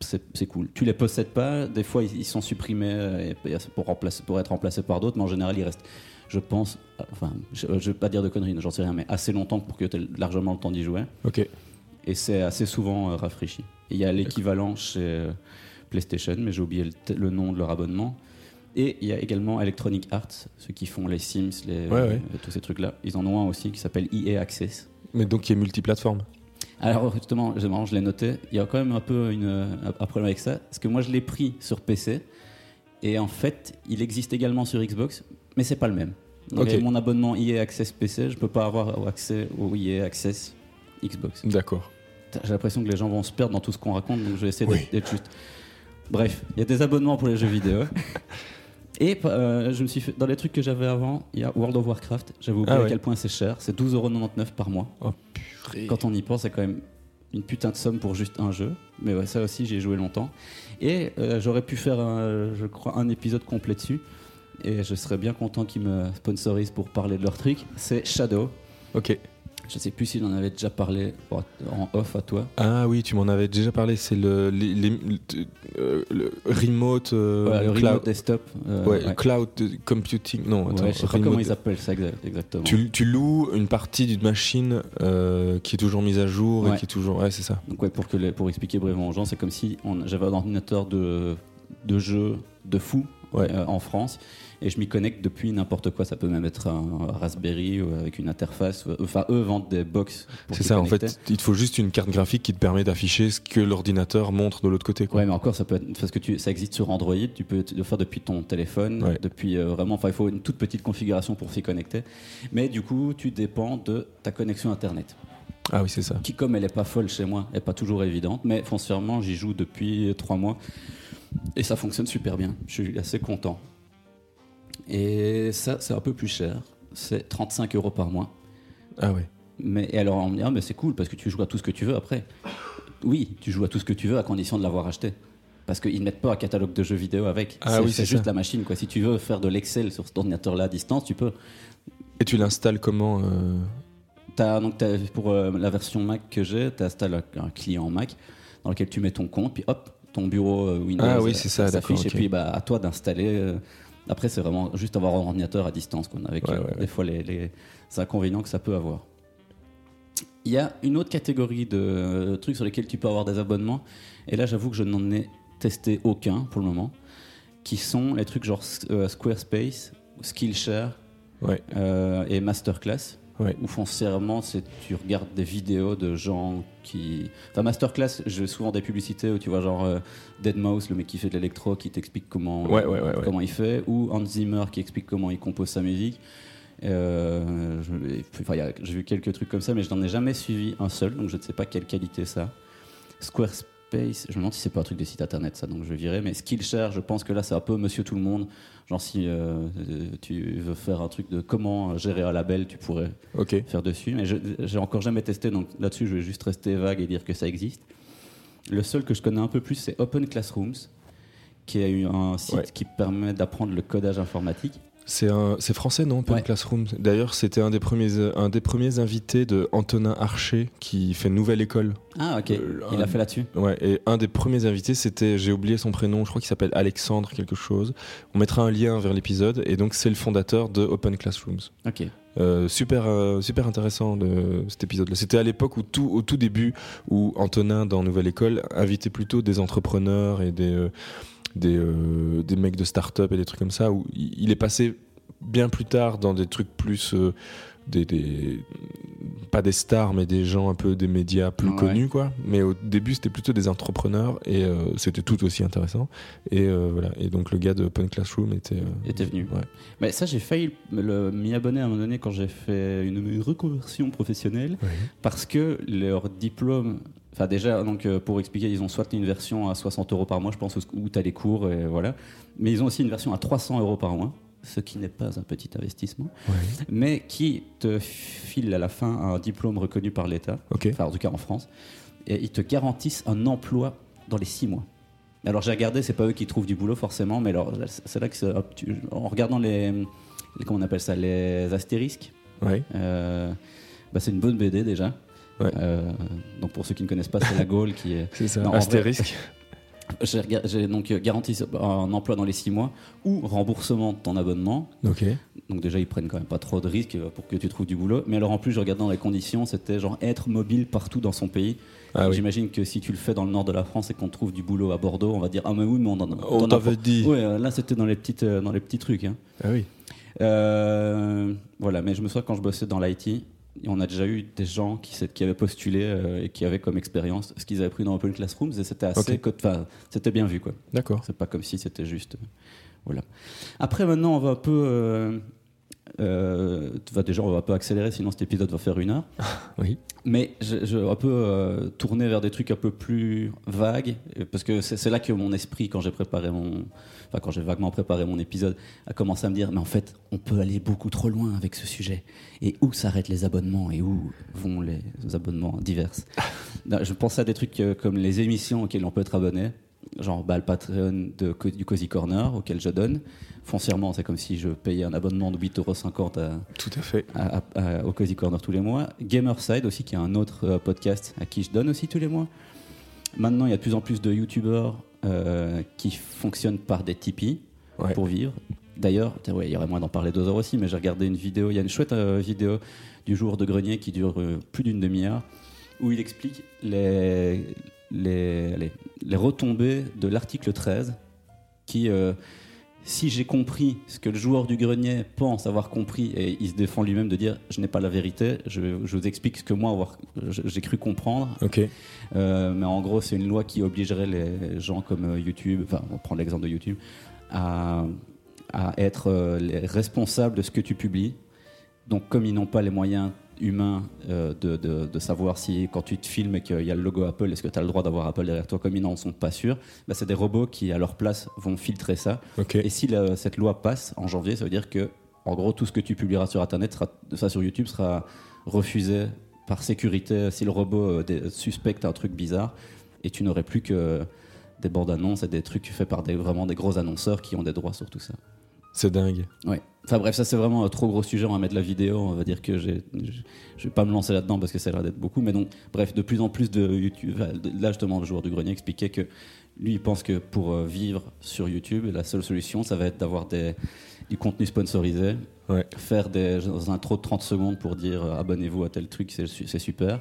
c'est c'est cool. Tu les possèdes pas, des fois ils, ils sont supprimés euh, et, et c'est pour, remplacer, pour être remplacés par d'autres, mais en général ils restent, je pense, euh, enfin, je, je vais pas dire de conneries, j'en sais rien, mais assez longtemps pour que t'aies largement le temps d'y jouer Ok. et et c'est assez souvent euh, rafraîchi. Et Il y a l'équivalent chez euh, PlayStation, mais j'ai oublié le, t- le nom de leur abonnement. Et il y a également Electronic Arts, ceux qui font les Sims, les, Ouais, ouais. euh, tous ces trucs-là. Ils en ont un aussi qui s'appelle EA Access. Mais donc, il est multiplateforme. Alors justement, c'est marrant, je l'ai noté, il y a quand même un peu une, euh, un un problème avec ça, parce que moi je l'ai pris sur PC, et en fait, il existe également sur Xbox, mais c'est pas le même. Donc Ok. avec mon abonnement EA Access PC, je peux pas avoir accès au EA Access Xbox. D'accord. Putain, J'ai l'impression que les gens vont se perdre dans tout ce qu'on raconte, donc je vais essayer Oui. d'être- d'être juste. Bref, il y a des abonnements pour les jeux vidéo. Et euh, je me suis fait- dans les trucs que j'avais avant, il y a World of Warcraft. J'avais oublié Ah à ouais. quel point c'est cher. C'est 12,99€ par mois. Quand on y pense, c'est quand même une putain de somme pour juste un jeu. Mais ouais, ça aussi, j'ai joué longtemps. Et euh, j'aurais pu faire, un, je crois, un épisode complet dessus. Et je serais bien content qu'ils me sponsorisent pour parler de leur truc. C'est Shadow. Ok. Je sais plus s'il en avait déjà parlé en en off à toi. Ah oui, tu m'en avais déjà parlé. C'est le, les- les- le- euh, le remote, euh, Voilà, le cloud, remote desktop. euh, ouais, ouais. cloud computing. Non, Ouais, attends, je sais pas remote- comment ils appellent ça exa- exactement. tu, tu loues une partie d'une machine euh, qui est toujours mise à jour Ouais. et qui est toujours. Ouais, c'est ça. Donc ouais, pour, que les- pour expliquer brièvement aux gens, c'est comme si on- j'avais un ordinateur de, de jeu de fou Ouais. euh, en France. Et je m'y connecte depuis n'importe quoi. Ça peut même être un Raspberry ou avec une interface. ou- Enfin, eux vendent des box. pour C'est t'y ça, en connecter. fait, il te faut juste une carte graphique qui te permet d'afficher ce que l'ordinateur montre de l'autre côté. Quoi. Ouais, mais encore, ça peut être parce que tu, ça existe sur Android. Tu peux t- le faire depuis ton téléphone, Ouais. depuis euh, vraiment. Enfin, il faut une toute petite configuration pour s'y connecter. Mais du coup, tu dépends de ta connexion internet, Ah oui, c'est ça. qui comme elle est pas folle chez moi, est pas toujours évidente. Mais foncièrement, j'y joue depuis trois mois et ça fonctionne super bien. Je suis assez content. Et ça, c'est un peu plus cher. C'est 35 euros par mois. Ah ouais. Mais et alors on me dit ah mais c'est cool parce que tu joues à tout ce que tu veux après. Oui, tu joues à tout ce que tu veux à condition de l'avoir acheté. Parce qu'ils ne mettent pas un catalogue de jeux vidéo avec. Ah c'est oui, c'est c'est juste ça. la machine. Quoi. Si tu veux faire de l'Excel sur cet ordinateur-là à distance, tu peux. Et tu l'installes comment euh, T'as- donc t'as- pour euh, la version Mac que j'ai, tu installes un, un client Mac dans lequel tu mets ton compte, puis hop, ton bureau euh, Windows Ah oui, euh, c'est ça, s'affiche, d'accord, et ok. puis bah, à toi d'installer. euh, après, c'est vraiment juste avoir un ordinateur à distance, qu'on avec Ouais, euh, ouais, des fois les, les inconvénients que ça peut avoir. Il y a une autre catégorie de euh, trucs sur lesquels tu peux avoir des abonnements, et là j'avoue que je n'en ai testé aucun pour le moment, qui sont les trucs genre euh, Squarespace, Skillshare Ouais. euh, et Masterclass Ouais. où foncièrement, c'est tu regardes des vidéos de gens qui. Enfin, masterclass, je vais souvent des publicités où tu vois genre euh, Dead Mouse, le mec qui fait de l'électro, qui t'explique comment, Ouais, ouais, ouais, ouais. comment il fait, ou Hans Zimmer qui explique comment il compose sa musique. Euh, je- et puis, enfin, il y a- J'ai vu quelques trucs comme ça, mais je n'en ai jamais suivi un seul, donc je ne sais pas quelle qualité ça. a. Squarespace, je me demande si c'est pas un truc des sites internet ça, donc je virais. Mais Skillshare, je pense que là c'est un peu Monsieur Tout le Monde. Genre si euh, euh, tu veux faire un truc de comment gérer un label, tu pourrais Ok. faire dessus, mais je- j'ai encore jamais testé, donc là-dessus, je vais juste rester vague et dire que ça existe. Le seul que je connais un peu plus, c'est Open Classrooms, qui est eu un site Ouais. qui permet d'apprendre le codage informatique. C'est un- c'est français, non Open Ouais. Classroom. D'ailleurs, c'était un des premiers, un des premiers invités de Antonin Archer qui fait Nouvelle École. Ah, ok, Euh, il un- a fait là-dessus. Ouais. Et un des premiers invités, c'était, j'ai oublié son prénom, je crois qu'il s'appelle Alexandre quelque chose. On mettra un lien vers l'épisode. Et donc, c'est le fondateur de Open Classrooms. Ok. Euh, super, euh, super intéressant le- cet épisode-là. C'était à l'époque où tout, au tout début où Antonin dans Nouvelle École invitait plutôt des entrepreneurs et des euh, des, euh, des mecs de start-up et des trucs comme ça. Où il il est passé bien plus tard dans des trucs plus euh, des, des- pas des stars mais des gens un peu des médias plus Ouais. connus quoi. Mais au début c'était plutôt des entrepreneurs et euh, c'était tout aussi intéressant. Et euh, voilà. Et donc le gars de Open Classroom était euh, Il était venu. Ouais. Mais ça, j'ai failli le- m'y abonner à un moment donné quand j'ai fait une, une reconversion professionnelle, Oui. parce que leur diplôme. Enfin, déjà, donc, euh, pour expliquer, ils ont soit une version à 60 euros par mois, je pense, où tu as les cours, et voilà. Mais ils ont aussi une version à 300 euros par mois, ce qui n'est pas un petit investissement, Ouais. mais qui te file à la fin un diplôme reconnu par l'État, Ok. enfin, en tout cas en France, et ils te garantissent un emploi dans les six mois. Alors j'ai regardé, c'est pas eux qui trouvent du boulot forcément, mais alors c'est là que ça- hop, tu- en regardant les, les- comment on appelle ça, les astérisques, Ouais. euh, bah, c'est une bonne BD déjà. Ouais. Euh, donc pour ceux qui ne connaissent pas, c'est la Gaule qui est. C'est ça. Non, en vrai- Astérisque. J'ai rega- J'ai donc euh, garanti un emploi dans les six mois ou remboursement de ton abonnement. Ok. Donc déjà, ils prennent quand même pas trop de risques euh, pour que tu trouves du boulot. Mais alors en plus, je regarde dans les conditions, c'était genre être mobile partout dans son pays. Ah oui. J'imagine que si tu le fais dans le nord de la France et qu'on trouve du boulot à Bordeaux, on va dire ah mais oui, mais on en a. On t'en a t'avait pas- dit. Ouais, euh, là c'était dans les petites, euh, dans les petits trucs. hein. Ah oui. Euh, voilà, mais je me souviens quand je bossais dans l'IT, on a déjà eu des gens qui, s'est- qui avaient postulé euh, et qui avaient comme expérience ce qu'ils avaient pris dans Open Classrooms et c'était assez, Ok. co- enfin, c'était bien vu quoi. D'accord. C'est pas comme si c'était juste. euh, Voilà. Après, maintenant, on va un peu. euh, euh, enfin, déjà, on va un peu accélérer, sinon cet épisode va faire une heure. Oui. Mais je, je vais un peu euh, tourner vers des trucs un peu plus vagues, euh, parce que c'est c'est là que mon esprit, quand j'ai préparé mon, enfin quand j'ai vaguement préparé mon épisode, a commencé à me dire, mais en fait, on peut aller beaucoup trop loin avec ce sujet. Et où s'arrêtent les abonnements et où vont les abonnements divers Non, Je pensais à des trucs euh, comme les émissions auxquelles on peut être abonné, genre bah, le Patreon de, Co- du Cozy Corner auquel je donne. Foncièrement, c'est comme si je payais un abonnement de 8,50€ à Tout à fait. à- à- à- au Cozy Corner tous les mois. Gamerside aussi, qui est un autre euh, podcast à qui je donne aussi tous les mois. Maintenant, il y a de plus en plus de YouTubeurs euh, qui fonctionnent par des Tipeee Ouais. pour vivre. D'ailleurs, tiens, ouais, il y aurait moins d'en parler deux heures aussi, mais j'ai regardé une vidéo, il y a une chouette euh, vidéo du jour de grenier qui dure euh, plus d'une demi-heure, où il explique les, les, allez, les retombées de l'article 13 qui... euh, si j'ai compris ce que le joueur du grenier pense avoir compris, et il se défend lui-même de dire je n'ai pas la vérité, je, vais- je vous explique ce que moi avoir- je- j'ai cru comprendre. Ok. Euh, mais en gros, c'est une loi qui obligerait les gens comme euh, YouTube, enfin, on prend l'exemple de YouTube, à, à être euh, les responsables de ce que tu publies. Donc, comme ils n'ont pas les moyens humains euh, de, de- de savoir si, quand tu te filmes et qu'il y a le logo Apple, est-ce que tu as le droit d'avoir Apple derrière toi, comme ils n'en sont pas sûrs, bah, c'est des robots qui, à leur place, vont filtrer ça. Ok. Et si la- cette loi passe en janvier, ça veut dire que, en gros, tout ce que tu publieras sur Internet, sera, ça sur YouTube, sera refusé par sécurité si le robot euh, dé- suspecte un truc bizarre. Et tu n'aurais plus que des bandes annonces et des trucs faits par des, vraiment des gros annonceurs qui ont des droits sur tout ça. C'est dingue. Ouais. Enfin bref, ça c'est vraiment un trop gros sujet. On va mettre la vidéo. On va dire que j'ai- je je vais pas me lancer là-dedans parce que ça a l'air d'être beaucoup. Mais donc, bref, de plus en plus de YouTube. enfin, de- Là justement, le joueur du grenier expliquait que lui, il pense que pour euh, vivre sur YouTube, la seule solution, ça va être d'avoir des du contenu sponsorisé, Ouais. faire des dans un intro de 30 secondes pour dire euh, abonnez-vous à tel truc, c'est su- c'est super,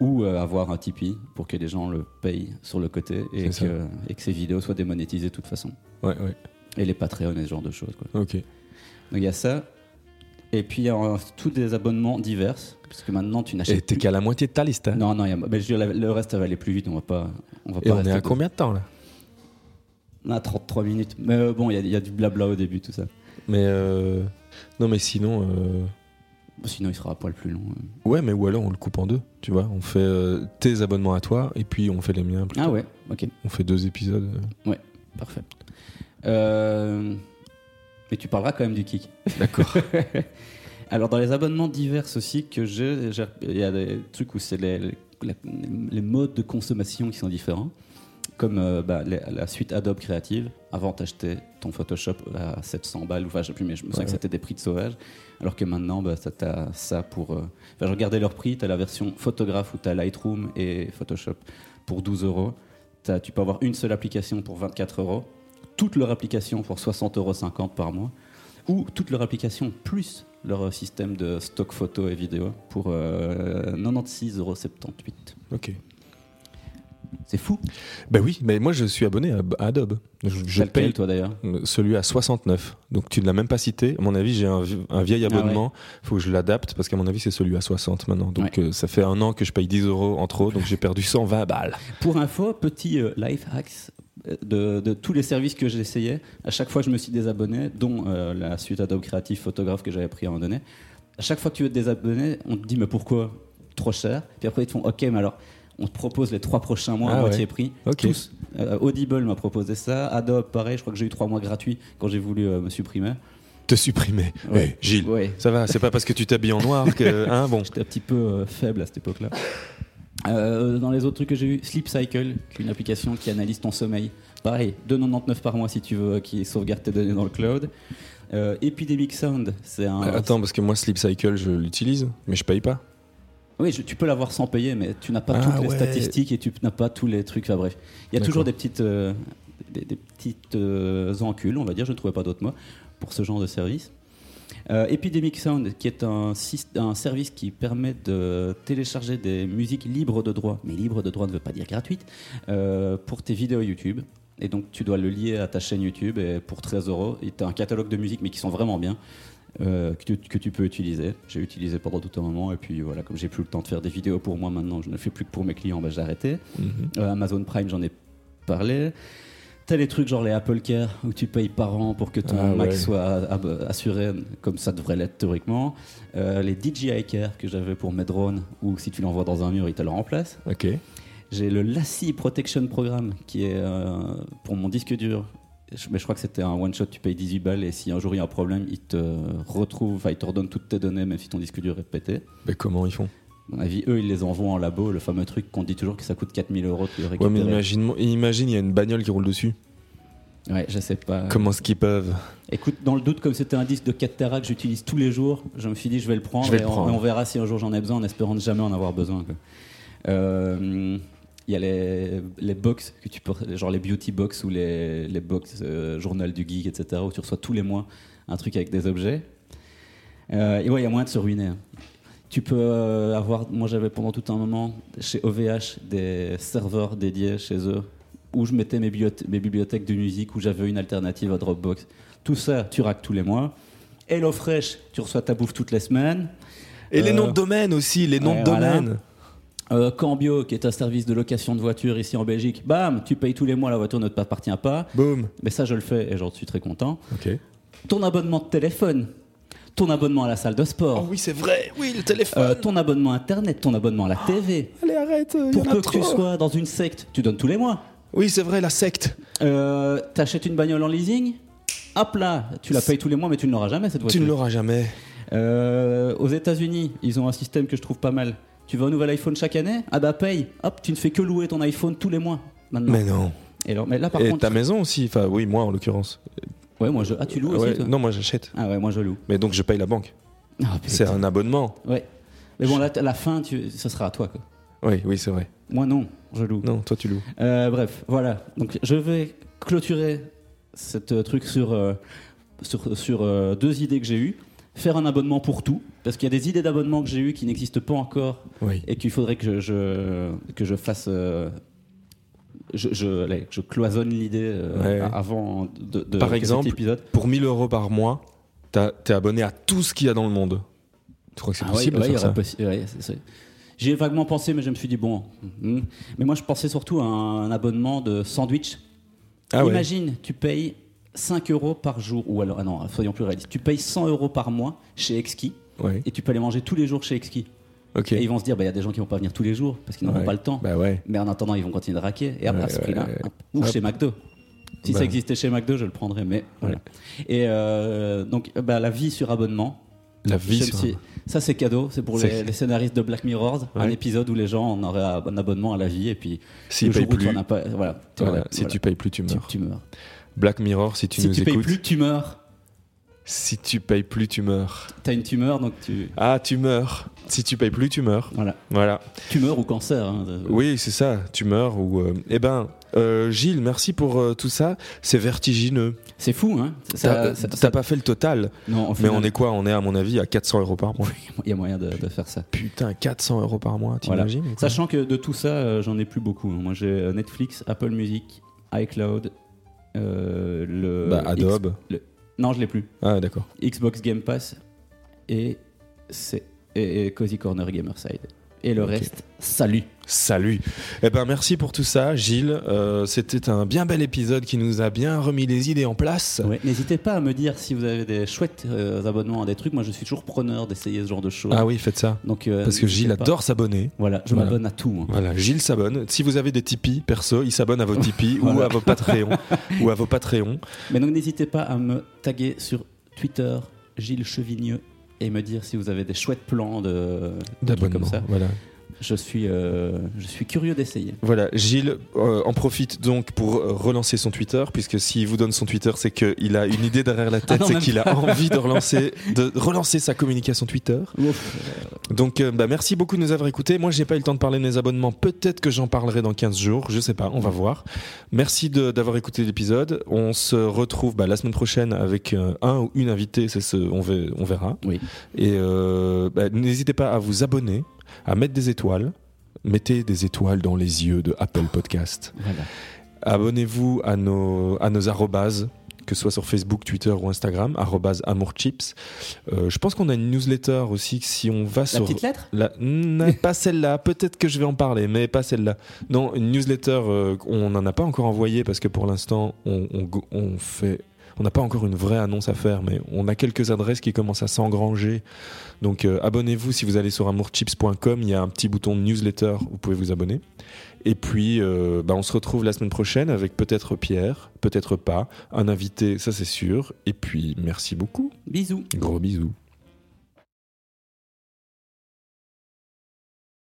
ou euh, avoir un Tipeee pour que les gens le payent sur le côté et C'est ça. que, et que ces vidéos soient démonétisées de toute façon. Ouais, ouais. Et les Patreons et ce genre de choses. Quoi. Ok. Donc il y a ça. Et puis il y a euh, tous des abonnements divers. Parce que maintenant tu Et n'achètes t'es plus. qu'à la moitié de ta liste. hein. Non, non, il y a- ben, je veux dire, la- le reste ça va aller plus vite. On va pas. On va Et pas on est rester à de- combien de temps là On a 33 minutes. Mais euh, bon, il y, a- il y a du blabla au début, tout ça. Mais euh, non, mais sinon, euh, Sinon il sera à poil plus long. euh. ouais, mais ou alors on le coupe en deux. Tu vois, on fait euh, tes abonnements à toi et puis on fait les miens. Ah ouais, ok, On fait deux épisodes. parfait. Euh, Mais tu parleras quand même du kick. D'accord. Alors dans les abonnements divers aussi que j'ai, j'ai- il y a des trucs où c'est les, les- la- les modes de consommation qui sont différents, comme euh, bah, les- la suite Adobe Creative. Avant, t'achetais ton Photoshop à 700 balles, ou enfin je sais plus, mais je me souviens Ouais, que c'était des prix de sauvage. Alors que maintenant, bah, ça, t'as ça pour... euh, Enfin, je regardais leurs prix, t'as la version photographe où t'as Lightroom et Photoshop pour 12 euros. T'as- Tu peux avoir une seule application pour 24 euros, toute leur application pour 60,50 euros par mois ou toute leur application plus leur euh, système de stock photo et vidéo pour euh, 96,78€. ok. C'est fou. Ben oui, mais moi je suis abonné à, à Adobe. Je, je T'as lequel, paye toi d'ailleurs. celui à 69. Donc tu ne l'as même pas cité. À mon avis, j'ai un, vi- un vieil Ah ouais. abonnement. faut que je l'adapte parce qu'à mon avis, c'est celui à 60 maintenant. Donc euh, ça fait un an que je paye 10 euros en trop. Donc j'ai perdu 120 balles. Pour info, petit euh, life hacks euh, de, de tous les services que j'essayais. À chaque fois, je me suis désabonné, dont euh, la suite Adobe Creative Photographe que j'avais pris à un moment donné. À chaque fois que tu veux te désabonner, on te dit mais pourquoi Trop cher. Puis après, ils te font OK, mais alors on te propose les trois prochains mois à Ah moitié ouais. prix. Ok. Tous. Euh, Audible m'a proposé ça. Adobe, pareil. Je crois que j'ai eu trois mois gratuits quand j'ai voulu euh, me supprimer. Te supprimer. Ouais. Hey, Gilles. Ouais. Ça va, c'est pas parce que tu t'habilles en noir que. Hein, bon. J'étais un petit peu euh, faible à cette époque-là. Euh, dans les autres trucs que j'ai eu, Sleep Cycle, qui est une application qui analyse ton sommeil. Pareil, 2,99 par mois si tu veux, euh, qui sauvegarde tes données dans le cloud. Euh, Epidemic Sound, c'est un. Euh, Attends, parce que moi, Sleep Cycle, je l'utilise, mais je paye pas. Oui, je- tu peux l'avoir sans payer, mais tu n'as pas Ah toutes les ouais. statistiques et tu n'as pas tous les trucs. Enfin bref, il y a D'accord. toujours des petites, euh, des, des petites euh, encules, on va dire. Je ne trouvais pas d'autres mots pour ce genre de service. Euh, Epidemic Sound, qui est un, syst- un service qui permet de télécharger des musiques libres de droit, mais libre de droit ne veut pas dire gratuite, euh, pour tes vidéos YouTube. Et donc tu dois le lier à ta chaîne YouTube et pour 13 euros, tu as un catalogue de musique mais qui sont vraiment bien. euh, que, tu, que tu peux utiliser. J'ai utilisé pendant tout un moment et puis voilà, comme j'ai plus le temps de faire des vidéos pour moi maintenant, je ne fais plus que pour mes clients, bah, j'ai arrêté. Mhm. Euh, Amazon Prime, j'en ai parlé. T'as les trucs genre les Apple Care où tu payes par an pour que ton Ah Mac ouais. soit ab- assuré comme ça devrait l'être théoriquement. Euh, les DJI Care que j'avais pour mes drones où si tu l'envoies dans un mur, il te le remplace. Ok. J'ai le Lassie Protection Programme qui est euh, pour mon disque dur. Je, mais je crois que c'était un one shot, tu payes 18 balles et si un jour il y a un problème, il te retrouve, enfin il te redonne toutes tes données même si ton disque dur est pété. Mais Ben, comment ils font À mon avis, eux ils les envoient en labo, le fameux truc qu'on dit toujours que ça coûte 4000 euros de le Ouais, mais récupérer. imagine, imagine, il y a une bagnole qui roule dessus. ouais, je sais pas. Comment est-ce qu'ils peuvent Écoute, dans le doute, comme c'était un disque de 4 Tera que j'utilise tous les jours, je me suis dit je vais le prendre, Je vais et, le on- prendre. et On, verra si un jour j'en ai besoin en espérant ne jamais en avoir besoin. quoi. Euh, Il y a les, les box, que tu peux, genre les beauty box ou les, les box euh, journal du geek, etc., où tu reçois tous les mois un truc avec des objets. Euh, et ouais, il y a moyen de se ruiner. hein. Tu peux euh, avoir, moi j'avais pendant tout un moment chez OVH des serveurs dédiés chez eux où je mettais mes, bibliothè- mes bibliothèques de musique, où j'avais une alternative à Dropbox. Tout ça, tu raques tous les mois. HelloFresh, tu reçois ta bouffe toutes les semaines. Et les Euh, noms de domaine aussi, les noms ouais, de voilà. domaine. Euh, Cambio, qui est un service de location de voitures ici en Belgique, bam, tu payes tous les mois, la voiture ne t'appartient pas. Boom. Mais ça, je le fais et j'en suis très content. Ok. Ton abonnement de téléphone, ton abonnement à la salle de sport, Oh oui, c'est vrai. Oui, le téléphone. euh, ton abonnement Internet, ton abonnement à la TV. Allez, arrête. euh, y Pour en a peu que tu trop. sois dans une secte, tu donnes tous les mois. Oui, c'est vrai, la secte. Euh, T'achètes une bagnole en leasing Hop là, tu la payes tous les mois, mais tu ne l'auras jamais cette Tu voiture. ne l'auras jamais. Euh, aux États-Unis, ils ont un système que je trouve pas mal. Tu veux un nouvel iPhone chaque année Ah bah paye. Hop, tu ne fais que louer ton iPhone tous les mois maintenant. Mais non. Et alors, mais là par Et contre, ta maison aussi. Enfin, oui, moi en l'occurrence. ouais, moi je. Ah tu loues Ouais, aussi toi non, moi j'achète. Ah ouais, moi je loue. Mais donc je paye la banque. Ah, putain. C'est un abonnement. Ouais. Mais bon, là, t- à la fin, tu... ce sera à toi. Quoi. Oui, oui, c'est vrai. Moi non, je loue. Non, toi tu loues. Euh, bref, voilà. Donc je vais clôturer cette euh, truc sur, euh, sur, sur, euh, deux idées que j'ai eues. Faire un abonnement pour tout, parce qu'il y a des idées d'abonnement que j'ai eues qui n'existent pas encore Oui. et qu'il faudrait que je, je- que je fasse. euh, je, je, allez, je cloisonne l'idée euh, Ouais. a- avant de, de- Par que cet exemple, épisode. Pour 1000 euros par mois, t'as- t'es abonné à tout ce qu'il y a dans le monde. Tu crois que c'est Ah ouais, possible ouais, de il y faire ça aurait possi- ouais, c'est- c'est- J'y ai vaguement pensé, mais je me suis dit bon. hmm. Mais moi, je pensais surtout à un abonnement de sandwich. Ah ouais. Imagine, tu payes 5 euros par jour, ou alors, ah non, soyons plus réalistes, tu payes 100 euros par mois chez Exki, Ouais. et tu peux aller manger tous les jours chez Exki. Ok. Et ils vont se dire, bah, il y a des gens qui vont pas venir tous les jours, parce qu'ils n'auront Ouais. pas le temps. Bah ouais. Mais en attendant, ils vont continuer de raquer, et après, Ouais, à ce prix-là, ouais, ouais. hop, ou Hop. chez McDo. Si Bah. ça existait chez McDo, je le prendrais, mais voilà. Et euh, donc, bah, la vie sur abonnement, La vie. Celle-ci. sur- Ça, c'est cadeau. C'est pour C'est- les, les scénaristes de Black Mirrors. Un Ouais. épisode où les gens en auraient un abonnement à la vie. Et puis, S'ils le jour payent où tu plus. en as pas. Voilà. tu- Voilà, ouais, si voilà. tu payes plus, tu Tu- meurs. tu meurs. Black Mirror, si tu si nous tu payes écoutes. plus, tu meurs. Si tu payes plus, tu meurs. T'as une tumeur, donc tu. Ah, tu meurs. Si tu payes plus, tu meurs. Voilà. Voilà. Tumeur ou cancer. hein. Oui, c'est ça. Tu meurs ou. euh, Eh ben, euh, Gilles, merci pour euh, tout ça. C'est vertigineux. C'est fou, hein. Ça- T'as euh, ça- t'as pas fait le total. Non, en Mais fait, on est quoi On est, à mon avis, à 400 euros par mois. il y a moyen de, de faire ça. Putain, 400 euros par mois, Voilà. t'imagines quoi Sachant que de tout ça, euh, j'en ai plus beaucoup. hein. Moi, j'ai euh, Netflix, Apple Music, iCloud, euh, le. Bah, X- Adobe. Non, je l'ai plus. Ah, d'accord. Xbox Game Pass et, c'est- et, et Cozy Corner Gamerside. Et le Ok. reste, salut. Salut. Eh ben, merci pour tout ça, Gilles. Euh, C'était un bien bel épisode qui nous a bien remis les idées en place. N'hésitez pas à me dire si vous avez des chouettes euh, abonnements à des trucs. Moi, je suis toujours preneur d'essayer ce genre de choses. Ah oui, faites ça. Donc, euh, Parce que n'hésitez Gilles pas. adore s'abonner. Voilà, je Voilà. m'abonne à tout. moi. Voilà, Gilles s'abonne. Si vous avez des Tipeee perso, il s'abonne à vos Tipeee ou Voilà. à vos Patreons ou à vos Patreons. Mais donc, n'hésitez pas à me taguer sur Twitter, Gilles Chevigneux, et me dire si vous avez des chouettes plans de de trucs comme d'abonnement. ça. Voilà. Je suis, euh, je suis curieux d'essayer. Voilà, Gilles euh, en profite donc pour euh, relancer son Twitter, puisque s'il vous donne son Twitter, c'est qu'il a une idée derrière la tête, Ah non, c'est même qu'il a envie de relancer, de relancer sa communication Twitter. Ouf. Donc, euh, bah, merci beaucoup de nous avoir écoutés. Moi, j'ai pas eu le temps de parler de mes abonnements. Peut-être que j'en parlerai dans 15 jours. Je sais pas. On va voir. Merci de- d'avoir écouté l'épisode. On se retrouve bah, la semaine prochaine avec euh, un ou une invitée. C'est ce, on, ve- on verra. Oui. Et euh, bah, n'hésitez pas à vous abonner, à mettre des étoiles. Mettez des étoiles dans les yeux de Apple Podcast. Voilà. Abonnez-vous à nos, à nos arrobases, que ce soit sur Facebook, Twitter ou Instagram, arrobase amourchips. Euh, je pense qu'on a une newsletter aussi, que si on va La sur... petite lettre La- n- pas celle-là, peut-être que je vais en parler, mais pas celle-là. Non, une newsletter, euh, on n'en a pas encore envoyé parce que pour l'instant, on, on go- on fait. On n'a pas encore une vraie annonce à faire, mais on a quelques adresses qui commencent à s'engranger. Donc euh, abonnez-vous si vous allez sur amourchips.com, il y a un petit bouton newsletter, vous pouvez vous abonner. Et puis, euh, bah, on se retrouve la semaine prochaine avec peut-être Pierre, peut-être pas, un invité, ça c'est sûr. Et puis, merci beaucoup. Bisous. Gros bisous.